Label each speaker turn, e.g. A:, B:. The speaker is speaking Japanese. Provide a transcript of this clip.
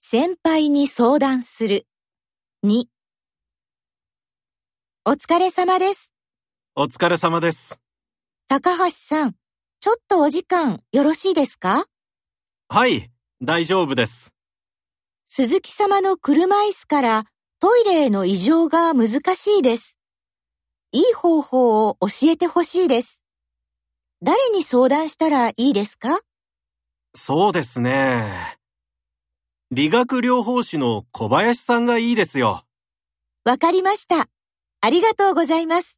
A: 先輩に相談する。2お疲れ様です。
B: お疲れ様です。
A: 高橋さん、ちょっとお時間よろしいですか
B: はい、大丈夫です。
A: 鈴木様の車椅子からトイレへの異常が難しいです。いい方法を教えてほしいです。誰に相談したらいいですか
B: そうですね。理学療法士の小林さんがいいですよ。
A: わかりました。ありがとうございます。